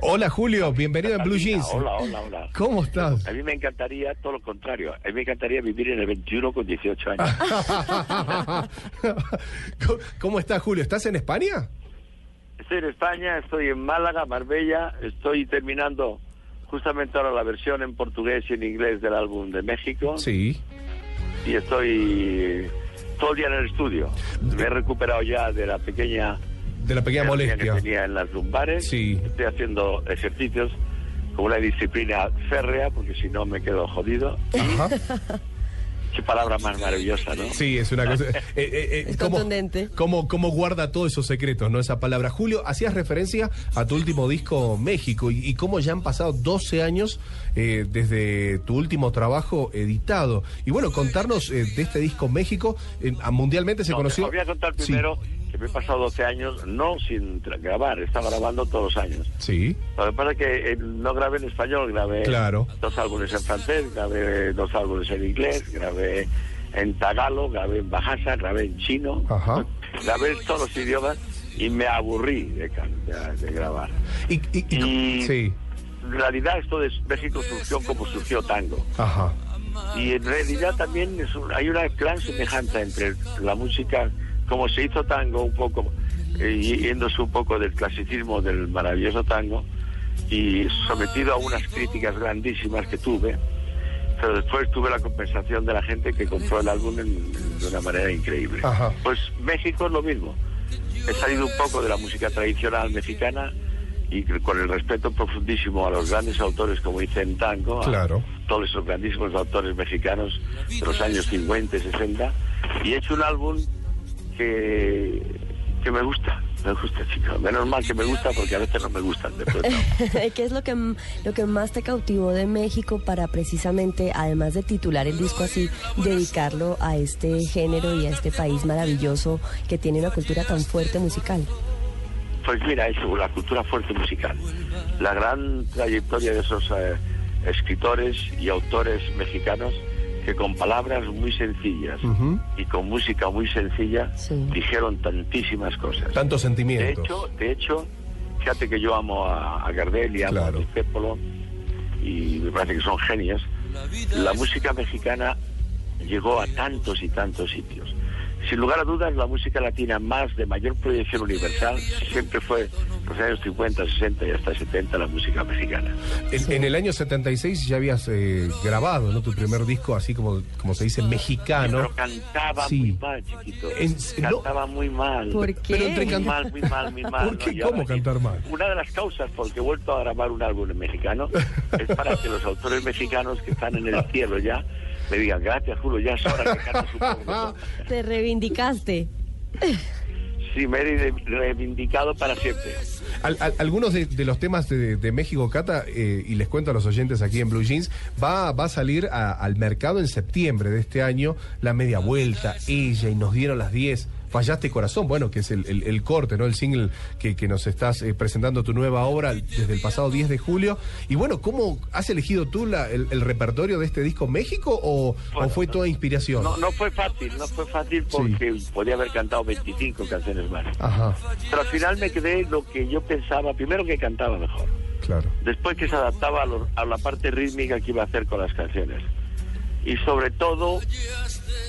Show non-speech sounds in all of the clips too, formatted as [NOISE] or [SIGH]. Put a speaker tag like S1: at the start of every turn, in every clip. S1: Hola Julio, bienvenido a Blue Jeans.
S2: Hola, hola, hola.
S1: ¿Cómo estás? [LAUGHS]
S2: A mí me encantaría todo lo contrario. A mí me encantaría vivir en el 21 con 18
S1: [LAUGHS]
S2: años.
S1: ¿Cómo- ¿Cómo estás Julio? ¿Estás en España?
S2: Estoy en España, estoy en Málaga, Marbella, estoy terminando justamente ahora la versión en portugués y en inglés del álbum de México
S1: Sí.
S2: y estoy todo el día en el estudio. Me he recuperado ya de la pequeña
S1: De la pequeña
S2: hernia que
S1: molestia.
S2: tenía en las lumbares.
S1: Sí.
S2: Estoy haciendo ejercicios con una disciplina férrea porque si no me quedo jodido.
S1: Ajá.
S2: Qué palabra más maravillosa, ¿no?
S1: Sí, es una cosa.
S2: [LAUGHS]
S1: eh, eh, eh,
S3: Es
S1: ¿cómo-
S3: contundente.
S1: ¿cómo, cómo guarda todos esos secretos, no? Esa palabra. Julio, hacías referencia a tu último disco México y, y cómo ya han pasado 12 años eh, desde tu último trabajo editado. Y bueno, contarnos eh, de este disco México. eh, mundialmente se
S2: No,
S1: conoció.
S2: te Voy a contar
S1: Sí.
S2: primero que me he pasado 12 años no sin tra- grabar, estaba grabando todos los años.
S1: Sí.
S2: Lo que pasa es que eh, no grabé en español, grabé
S1: Claro.
S2: dos álbumes en francés, grabé dos álbumes en inglés, grabé en tagalo, grabé en bajasa, grabé en chino,
S1: Ajá.
S2: grabé en todos los idiomas y me aburrí de, ca- de- de grabar.
S1: Y, y- y-
S2: Y-
S1: Sí.
S2: En realidad esto de México surgió como surgió tango.
S1: Ajá.
S2: Y en realidad también es un- hay una gran semejanza entre la música, como se hizo tango un poco, eh, yéndose un poco del clasicismo del maravilloso tango, y sometido a unas críticas grandísimas que tuve, pero después tuve la compensación de la gente que compró el álbum en- de una manera increíble.
S1: Ajá.
S2: Pues México es lo mismo. He salido un poco de la música tradicional mexicana y con el respeto profundísimo a los grandes autores como hice en tango, a-
S1: Claro.
S2: todos esos grandísimos autores mexicanos de los años 50 y 60 y he hecho un álbum que, que me gusta, me gusta chico, menos mal que me gusta porque a veces no me gustan de
S1: [LAUGHS]
S2: pronto.
S3: [LAUGHS] ¿Qué es lo que, m- lo que más te cautivó de México para precisamente, además de titular el disco así, dedicarlo a este género y a este país maravilloso que tiene una cultura tan fuerte musical?
S2: Pues mira, eso, la cultura fuerte musical, la gran trayectoria de esos eh, escritores y autores mexicanos que con palabras muy sencillas
S1: Ujú.
S2: y con música muy sencilla
S3: Sí.
S2: dijeron tantísimas cosas.
S1: Tantos
S2: De
S1: sentimientos.
S2: hecho, de hecho, fíjate que yo amo a, a Gardel y amo
S1: Claro.
S2: a Discépolo y me parece que son genios. La música mexicana llegó a tantos y tantos sitios. Sin lugar a dudas, la música latina más de mayor proyección universal siempre fue los años 50, 60 y hasta 70 la música mexicana.
S1: En, en el año 76 ya habías eh, grabado ¿no? tu primer disco, así como, como se dice, mexicano.
S2: Pero cantaba
S1: Sí.
S2: muy mal, chiquito.
S1: En- no.
S2: Cantaba muy mal.
S3: ¿Por qué?
S1: Pero entre
S2: Muy
S1: can-
S2: mal, muy mal, muy mal.
S1: ¿Por qué?
S2: Y
S1: ¿Cómo
S2: ahora sí,
S1: cantar mal?
S2: Una de las causas por que he vuelto a grabar un álbum en mexicano es para que los autores mexicanos que están en el cielo ya me digan, gracias, Julio, ya es hora que
S1: [LAUGHS]
S2: cantes un poco mejor".
S3: Te reivindicaste.
S2: Sí, me he re- reivindicado para siempre.
S1: Al- al- algunos de, de los temas de, de México, Cata, eh, y les cuento a los oyentes aquí en Blue Jeans, va, va a salir a- al mercado en septiembre de este año La Media Vuelta, Ella y Nos Dieron las 10. Fallaste Corazón, bueno, que es el, el- el corte, ¿no? El single que, que nos estás eh, presentando tu nueva obra desde el pasado 10 de julio. Y bueno, ¿cómo has elegido tú la- el, el repertorio de este disco México o, o
S2: Bueno,
S1: fue toda inspiración?
S2: No, no fue fácil, no fue fácil porque podía haber cantado 25 canciones más.
S1: Ajá,
S2: Pero al final me quedé lo que yo pensaba, primero que cantaba mejor.
S1: claro.
S2: después que se adaptaba a, lo- a la parte rítmica que iba a hacer con las canciones. Y sobre todo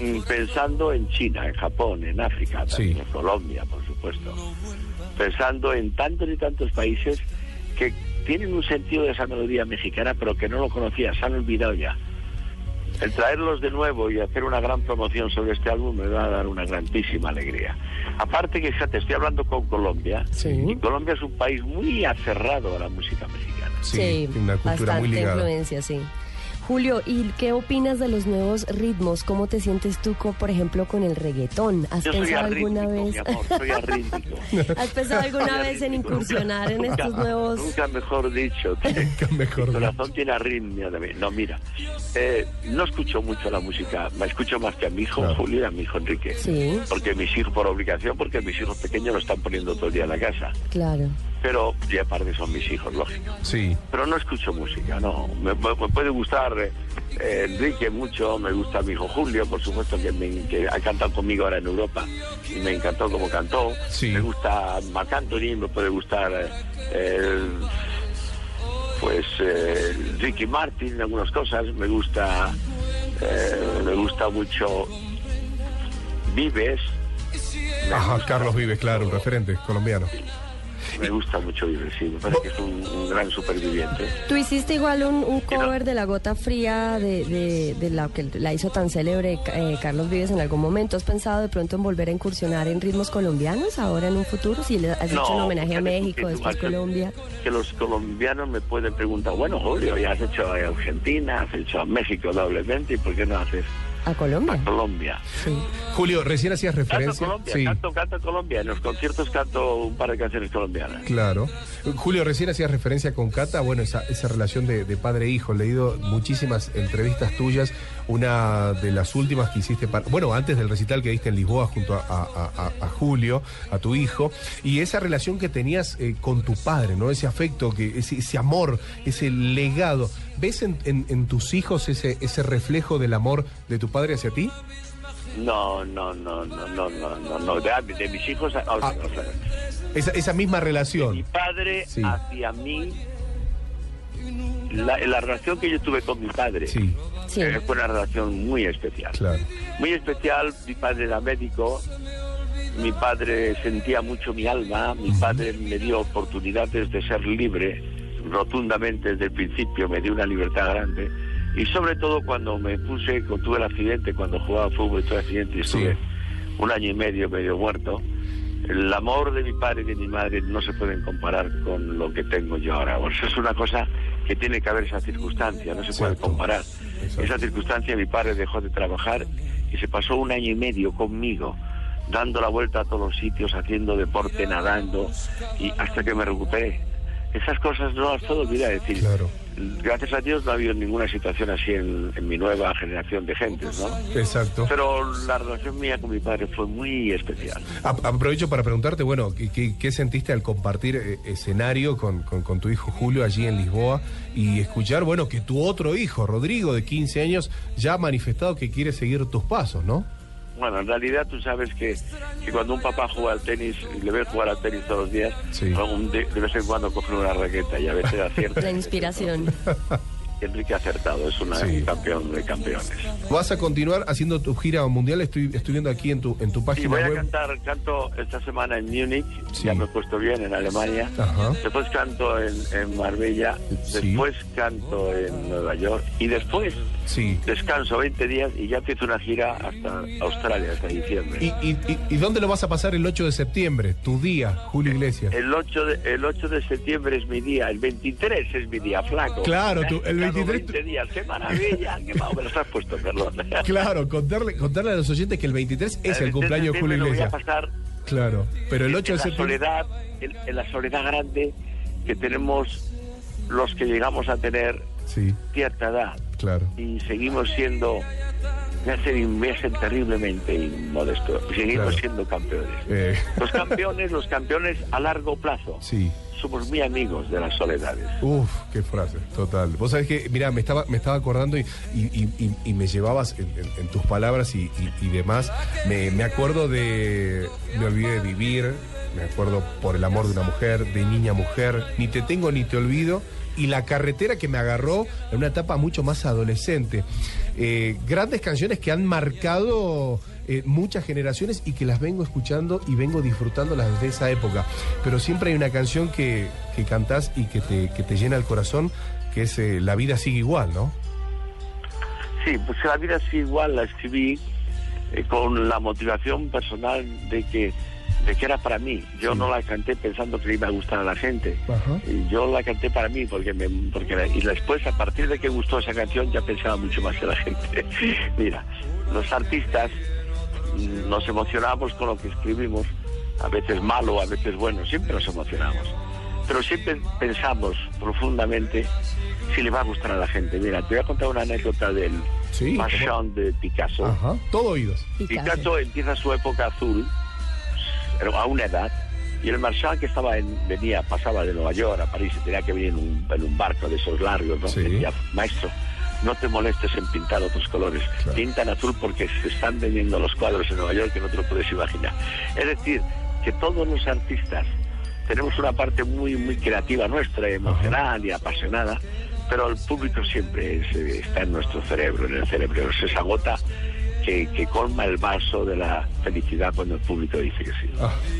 S2: mm, pensando en China, en Japón, en África, también,
S1: Sí.
S2: en Colombia, por supuesto. Pensando en tantos y tantos países que tienen un sentido de esa melodía mexicana, pero que no lo conocían, se han olvidado ya. El traerlos de nuevo y hacer una gran promoción sobre este álbum me va a dar una grandísima alegría. Aparte que ya te estoy hablando con Colombia,
S3: Sí.
S2: y Colombia es un país muy aferrado a la música mexicana.
S1: Sí, tiene una cultura
S3: bastante
S1: muy ligada.
S3: influencia, sí. Julio, ¿y qué opinas de los nuevos ritmos? ¿Cómo te sientes tú, co- por ejemplo, con el reggaetón? ¿Has
S2: Yo soy
S3: pensado
S2: arrítmico,
S3: alguna
S2: mi
S3: vez?
S2: amor, soy arrítmico.
S3: [LAUGHS] ¿Has pensado alguna
S2: Soy
S3: vez en
S2: arrítmico,
S3: incursionar en
S2: nunca-
S3: estos nuevos?
S2: Nunca mejor dicho.
S1: Nunca [LAUGHS] mejor
S2: Mi corazón tiene arritmia también. No, mira, eh, no escucho mucho la música, me escucho más que a mi hijo
S1: Claro.
S2: Julio y a mi hijo Enrique.
S3: Sí,
S2: Porque mis hijos, por obligación, porque mis hijos pequeños lo están poniendo todo el día en la casa.
S3: claro.
S2: Pero, y aparte son mis hijos, lógico.
S1: Sí.
S2: Pero no escucho música, no. Me, me- me puede gustar eh, eh, Enrique mucho, me gusta mi hijo Julio, por supuesto, que, me, que ha cantado conmigo ahora en Europa y me encantó como cantó.
S1: Sí.
S2: Me gusta Marc Anthony, me puede gustar eh, eh, pues eh, Ricky Martin, algunas cosas, me gusta, eh, me gusta mucho Vives,
S1: Ajá, Carlos Vives, claro, un referente colombiano.
S2: me gusta mucho Vives, sí, me parece que es un, un gran superviviente.
S3: Tú hiciste igual un, un cover de La Gota Fría, de, de- de la que la hizo tan célebre eh, Carlos Vives en algún momento. ¿Has pensado de pronto en volver a incursionar en ritmos colombianos ahora en un futuro? Si le has hecho un homenaje a
S2: fíjate tú que
S3: México,
S2: tú
S3: después
S2: has-
S3: Colombia.
S2: Que los colombianos me pueden preguntar, bueno, Julio, ya has hecho a Argentina, has hecho a México doblemente, ¿y por qué no haces
S3: ¿A
S2: a
S3: Colombia?
S2: Colombia?
S3: Sí.
S1: Julio, recién hacías
S2: Canto
S1: referencia.
S2: Colombia,
S1: sí,
S2: canto, canto Colombia, en los conciertos canto un par de canciones colombianas.
S1: claro. Julio, recién hacías referencia con Cata, bueno, esa, esa relación de, de padre-hijo. He leído muchísimas entrevistas tuyas, una de las últimas que hiciste, para- bueno, antes del recital que diste en Lisboa junto a, a- a- a Julio, a tu hijo, y esa relación que tenías eh, con tu padre, ¿no? Ese afecto, que, ese, ese amor, ese legado. ¿Ves en, en- en tus hijos ese, ese reflejo del amor de tu padre hacia ti?
S2: No, no, no, no, no, no, no, no, de, de mis hijos, a- o sea, o sea,
S1: Esa, esa misma relación.
S2: mi padre
S1: Ah. Sí.
S2: hacia mí, la, la relación que yo tuve con mi padre
S1: Sí,
S3: Sí.
S2: eh, fue una relación muy especial.
S1: claro.
S2: muy especial. Mi padre era médico, mi padre sentía mucho mi alma, mi padre me dio oportunidades de ser libre rotundamente desde el principio, me dio una libertad grande. Y sobre todo cuando me puse, cuando tuve el accidente, cuando jugaba fútbol, tuve accidente y
S1: Sí.
S2: estuve un año y medio medio muerto. El amor de mi padre y de mi madre no se pueden comparar con lo que tengo yo ahora. O sea, es una cosa que tiene que haber esa circunstancia, no se puede
S1: Exacto.
S2: comparar.
S1: Exacto.
S2: Esa circunstancia mi padre dejó de trabajar y se pasó un año y medio conmigo, dando la vuelta a todos los sitios, haciendo deporte, nadando, y hasta que me recuperé. Esas cosas no las puedo olvidar, es decir,
S1: Claro.
S2: gracias a Dios no ha habido ninguna situación así en, en mi nueva generación de gentes, ¿no?
S1: Exacto.
S2: Pero la relación mía con mi padre fue muy especial.
S1: A- Aprovecho para preguntarte, bueno, ¿qué, qué- qué sentiste al compartir eh, escenario con, con- con tu hijo Julio allí en Lisboa y escuchar, bueno, que tu otro hijo, Rodrigo, de 15 años, ya ha manifestado que quiere seguir tus pasos, ¿no?
S2: Bueno, en realidad tú sabes que, que cuando un papá juega al tenis, y le ves jugar al tenis todos los días,
S1: Sí.
S2: algún de, de vez en cuando coge una raqueta y a veces acierta.
S3: La inspiración.
S2: Enrique ha acertado, es una-
S1: Sí.
S2: un campeón de campeones.
S1: ¿Vas a continuar haciendo tu gira mundial? Estoy, estoy viendo aquí en tu, en tu
S2: Y
S1: página
S2: voy a
S1: web.
S2: cantar, canto esta semana en Múnich,
S1: Sí.
S2: ya me he puesto bien en Alemania.
S1: Ajá.
S2: Después canto en, en Marbella,
S1: Sí.
S2: después canto en Nueva York y después
S1: Sí.
S2: descanso 20 días y ya empiezo una gira hasta Australia, hasta diciembre.
S1: ¿Y, y, y- y dónde lo vas a pasar el 8 de septiembre? Tu día, Julio Iglesias.
S2: El 8, de, el 8 de septiembre es mi día, el 23 es mi día, flaco.
S1: Claro,
S2: Me
S1: tú-
S2: has
S1: el
S2: quitado
S1: 23 tú-
S2: 20 días, qué maravilla, qué mal, me los has
S1: [LAUGHS]
S2: puesto, perdón.
S1: Claro, contarle, contarle a los oyentes que el 23 es el cumpleaños de Julio
S2: Lo voy a
S1: Iglesias.
S2: pasar
S1: Claro, pero el 8
S2: en
S1: de
S2: la
S1: septiembre...
S2: soledad, en, en la soledad grande que tenemos los que llegamos a tener
S1: Sí,
S2: cierta edad
S1: claro.
S2: y seguimos siendo, me hacen, in- me hacen terriblemente inmodesto, y seguimos
S1: Claro.
S2: siendo campeones.
S1: Eh,
S2: Los campeones, los campeones a largo plazo,
S1: sí.
S2: somos muy amigos de las soledades.
S1: Uf, qué frase, total. Vos sabés que, mirá, me estaba, me estaba acordando y, y- y- y- y me llevabas en, en- en tus palabras y, y- y demás. Me, me acuerdo de. Me olvidé de vivir, me acuerdo por el amor de una mujer, de niña a mujer, ni te tengo ni te olvido. Y la carretera que me agarró en una etapa mucho más adolescente. Eh, grandes canciones que han marcado eh, muchas generaciones y que las vengo escuchando y vengo disfrutándolas desde esa época. Pero siempre hay una canción que, que cantás y que te, que te llena el corazón, que es eh, La vida sigue igual, ¿no?
S2: Sí, pues la vida es igual, la escribí eh, con la motivación personal de que, de que era para mí. Yo no la canté pensando que le iba a gustar a la gente.
S1: Ajá.
S2: Y Yo la canté para mí porque me, porque la- y después a partir de que gustó esa canción ya pensaba mucho más en la gente. [LAUGHS] Mira, los artistas mm, nos emocionamos con lo que escribimos, a veces malo, a veces bueno, siempre nos emocionamos. Pero siempre pensamos profundamente si le va a gustar a la gente. Mira, te voy a contar una anécdota del
S1: Sí.
S2: Passion de Picasso.
S1: Ajá. Todo oídos.
S3: Picasso.
S2: Picasso empieza su época azul pero a una edad y el Marshal que estaba en, venía, pasaba de Nueva York a París y tenía que venir en un, en un barco de esos largos, ¿no?
S1: Sí.
S2: Decía, maestro, no te molestes en pintar otros colores,
S1: Claro.
S2: pinta en azul porque se están vendiendo los cuadros en Nueva York que no te lo puedes imaginar. Es decir, que todos los artistas tenemos una parte muy, muy creativa nuestra, emocional y apasionada, pero el público siempre es, eh, está en nuestro cerebro, en el cerebro, es esa gota que, que colma el vaso de la felicidad cuando el público dice que sí.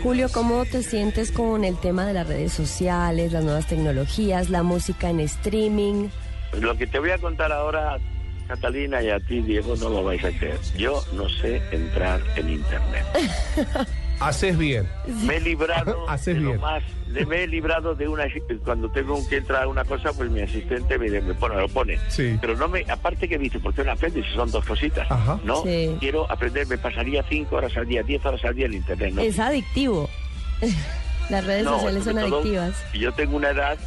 S3: Julio, ¿cómo te sientes con el tema de las redes sociales, las nuevas tecnologías, la música en streaming?
S2: Lo que te voy a contar ahora, Catalina, y a ti, Diego, no lo vais a creer. Yo no sé entrar en Internet.
S1: Haces bien.
S2: Me he
S1: [LAUGHS]
S2: librado
S1: Haces
S2: de lo
S1: bien.
S2: más, de- me he librado de una cuando tengo que entrar a una cosa, pues mi asistente me, me pone, lo pone.
S1: Sí.
S2: Pero no me, aparte que dice, ¿por qué no aprendes? Si Son dos cositas.
S1: Ajá.
S2: No,
S3: Sí.
S2: quiero aprender, me pasaría cinco horas al día, diez horas al día en internet, ¿no?
S3: Es adictivo. [LAUGHS] las redes
S2: No,
S3: sociales son
S2: sobre todo,
S3: adictivas.
S2: Yo tengo una edad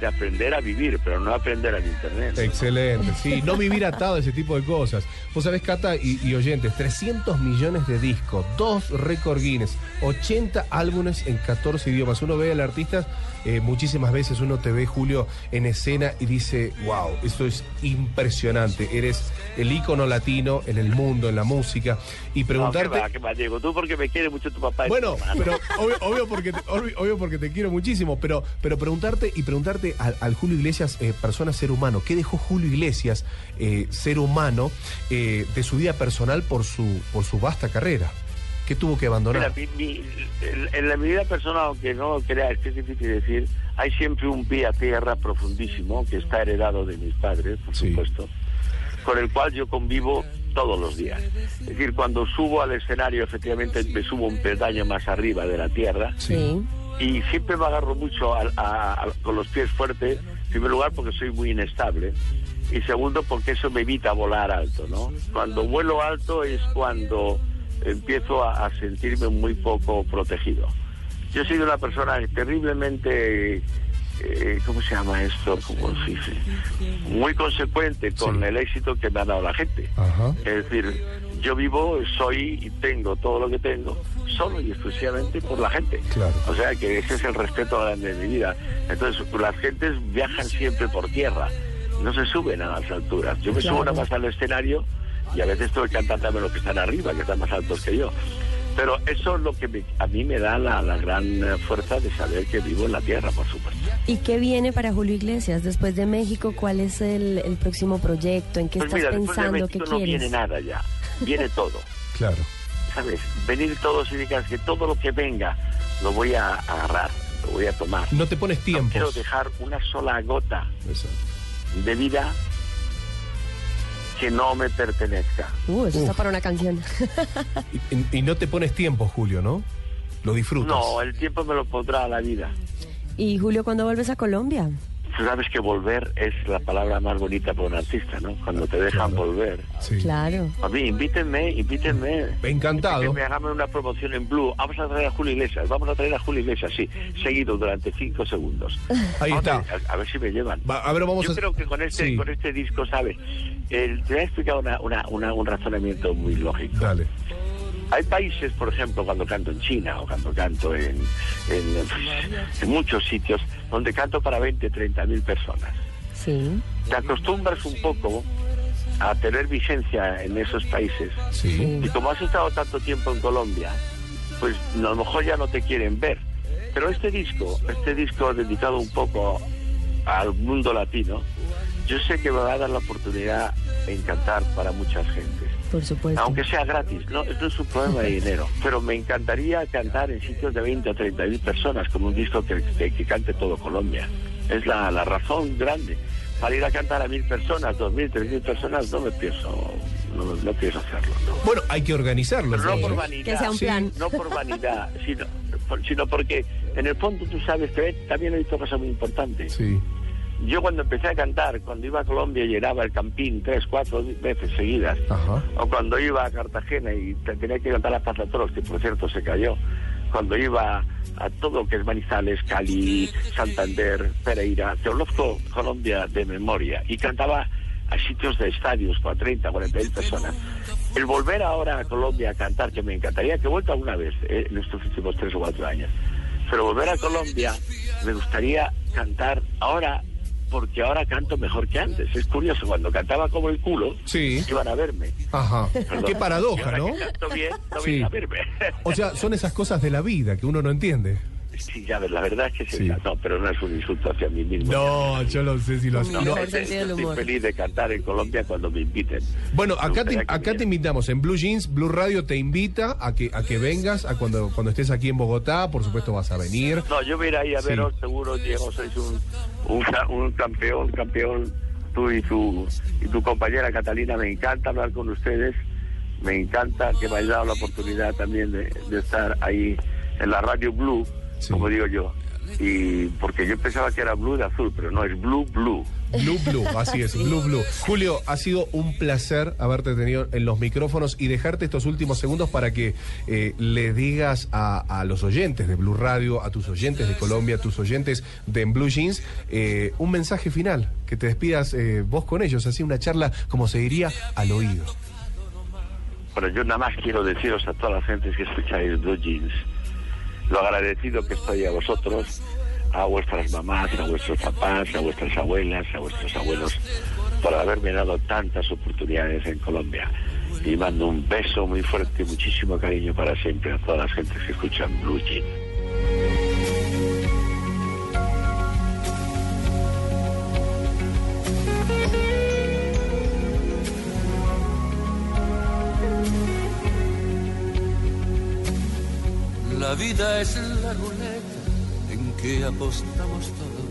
S2: de aprender a vivir, pero no aprender al internet.
S1: Excelente, sí, no vivir atado a ese tipo de cosas. Vos sabés, Cata y, y oyentes, 300 millones de discos, dos récord Guinness, 80 álbumes en 14 idiomas. Uno ve al artista eh, muchísimas veces, uno te ve, Julio, en escena y dice, wow, esto es impresionante, eres el ícono latino en el mundo, en la música, y
S2: No,
S1: preguntarte...
S2: ¿qué va, qué va, Diego? Tú porque me quiere mucho tu papá. y tu
S1: Bueno,
S2: mamá.
S1: pero obvio, obvio porque te, obvio, obvio porque te quiero muchísimo, pero, pero preguntarte y preguntarte al, al Julio Iglesias, eh, persona ser humano, ¿qué dejó Julio Iglesias, eh, ser humano, eh, de su vida personal por su, por su vasta carrera? ¿Qué tuvo que
S2: Mira,
S1: abandonar?
S2: mi- mi- en, en la medida personal, aunque no lo crea, es que es difícil decir, hay siempre un pie a tierra profundísimo que está heredado de mis padres, por
S1: Sí.
S2: supuesto, con el cual yo convivo todos los días. Es decir, cuando subo al escenario, efectivamente me subo un peldaño más arriba de la tierra
S3: Sí.
S2: y siempre me agarro mucho al- a- a- con los pies fuertes, en primer lugar porque soy muy inestable y segundo porque eso me evita volar alto, ¿no? Cuando vuelo alto es cuando empiezo a, a sentirme muy poco protegido. Yo he sido una persona terriblemente, eh, ¿cómo se llama esto? Como se dice? Muy consecuente con
S1: Sí.
S2: el éxito que me ha dado la gente.
S1: Ajá.
S2: Es decir, yo vivo, soy y tengo todo lo que tengo solo y exclusivamente por la gente.
S1: Claro.
S2: O sea que ese es el respeto grande de mi vida. Entonces, las gentes viajan siempre por tierra, no se suben a las alturas. Yo me
S3: Claro.
S2: subo nada más al escenario y a veces tengo que cantar también los que están arriba, que están más altos que yo. Pero eso es lo que me- a mí me da la, la gran eh, fuerza de saber que vivo en la tierra, por supuesto.
S3: ¿Y qué viene para Julio Iglesias después de México? ¿Cuál es el, el próximo proyecto? ¿En qué
S2: Pues
S3: estás
S2: mira, después de
S3: pensando? ¿Qué
S2: México no viene
S3: quieres?
S2: nada ya, viene todo.
S1: Claro.
S2: ¿sabes? Venir todos y digas que todo lo que venga lo voy a agarrar, lo voy a tomar.
S1: No te pones
S2: No quiero
S1: tiempos.
S2: dejar una sola gota
S1: Exacto.
S2: de vida que no me pertenezca.
S3: Uh, eso está
S1: Uf.
S3: para una canción. [LAUGHS]
S1: Y, y- y no te pones tiempos, Julio, ¿no? Lo disfrutas.
S2: No, el tiempo me lo pondrá la vida.
S3: ¿Y Julio, cuándo vuelves a Colombia?
S2: Tú sabes que volver es la palabra más bonita para un artista, ¿no? Cuando te dejan
S1: Claro.
S2: volver.
S1: Sí.
S3: Claro.
S2: A mí, invítenme, invítenme. Este Que
S1: Encantado.
S2: me hagan una promoción en Blue. Vamos a traer a Julio Iglesias, vamos a traer a Julio Iglesias, sí. Seguido durante cinco segundos.
S1: Ahí
S2: Vamos
S1: está.
S2: A, a ver si me llevan.
S1: Va, a ver, vamos
S2: Yo
S1: a...
S2: creo que con este,
S1: Sí.
S2: con este disco, ¿sabes? El- te voy a explicar una- una- una- un razonamiento muy lógico.
S1: Dale.
S2: Hay países, por ejemplo, cuando canto en China o cuando canto en, en- en muchos sitios, donde canto para 20, 30 mil personas.
S3: Sí.
S2: Te acostumbras un poco a tener vigencia en esos países.
S1: Sí.
S2: Y como has estado tanto tiempo en Colombia, pues a lo mejor ya no te quieren ver. Pero este disco, este disco dedicado un poco al mundo latino, yo sé que me va a dar la oportunidad de encantar para muchas gentes.
S3: Por supuesto.
S2: Aunque sea gratis, no, esto es un problema de dinero. Pero me encantaría cantar en sitios de 20 o 30 mil personas con un disco que, que- que cante todo Colombia. Es la, la razón grande. Para ir a cantar a mil personas, dos mil, tres mil personas, no me pienso, no, no pienso hacerlo. ¿no?
S1: Bueno, hay que organizarlo.
S2: Pero no por
S1: entonces.
S2: vanidad.
S3: Que sea un
S1: Sí.
S3: plan.
S2: No por
S3: [LAUGHS]
S2: vanidad, sino, por- sino porque en el fondo tú sabes que también he visto cosas muy importantes.
S1: Sí.
S2: Yo cuando empecé a cantar, cuando iba a Colombia llenaba el campín tres, cuatro veces seguidas.
S1: Ajá.
S2: O cuando iba a Cartagena y te- tenía que cantar a Pazatoros, que por cierto se cayó. Cuando iba a todo lo que es Manizales, Cali, Santander, Pereira, te conozco Colombia de memoria y cantaba a sitios de estadios para 30, 40 mil personas. El volver ahora a Colombia a cantar, que me encantaría, que he vuelto alguna vez eh, en estos últimos tres o cuatro años, pero volver a Colombia me gustaría cantar ahora porque ahora canto mejor que antes. Es curioso, cuando cantaba como el culo,
S1: Sí.
S2: iban a verme.
S1: Ajá. Qué paradoja,
S2: Ahora
S1: ¿no?
S2: que canto bien, no
S1: Sí.
S2: vienen a verme. [LAUGHS]
S1: O sea, son esas cosas de la vida que uno no entiende.
S2: Sí, ya ves, la verdad es que se
S1: Sí.
S2: no, pero no es un insulto hacia mí mismo.
S1: No, yo lo sé si lo
S3: No,
S1: no.
S3: Mejor
S2: Este,
S3: sentido del
S2: yo [LAUGHS] estoy
S3: humor.
S2: feliz de cantar en Colombia cuando me inviten.
S1: Bueno,
S2: Me
S1: acá te,
S2: gustaría que
S1: acá te
S2: vinieran.
S1: invitamos en Blue Jeans, Blue Radio te invita a que a que vengas a cuando cuando estés aquí en Bogotá, por supuesto vas a venir.
S2: No, yo voy a ir ahí a
S1: Sí.
S2: veros seguro, Diego, sois un, un, ca- un campeón, campeón. Tú y tu, y tu compañera Catalina, me encanta hablar con ustedes. Me encanta que me hayáis dado la oportunidad también de, de estar ahí en la radio Blue,
S1: Sí.
S2: como digo yo. Y porque yo pensaba que era Blue de azul, pero no, es Blue Blue.
S1: Blue Blue, así es, Blue Blue. Julio, ha sido un placer haberte tenido en los micrófonos y dejarte estos últimos segundos para que eh, le digas a, a los oyentes de Blue Radio, a tus oyentes de Colombia, a tus oyentes de En Blue Jeans, eh, un mensaje final, que te despidas eh, vos con ellos, así una charla, como se diría, al oído.
S2: Bueno, yo nada más quiero deciros a toda la gente que escucháis Blue Jeans lo agradecido que estoy a vosotros, a vuestras mamás, a vuestros papás, a vuestras abuelas, a vuestros abuelos, por haberme dado tantas oportunidades en Colombia. Y mando un beso muy fuerte, y muchísimo cariño para siempre a todas las gentes que escuchan Blue Jeans.
S4: La vida es la ruleta en que apostamos todos.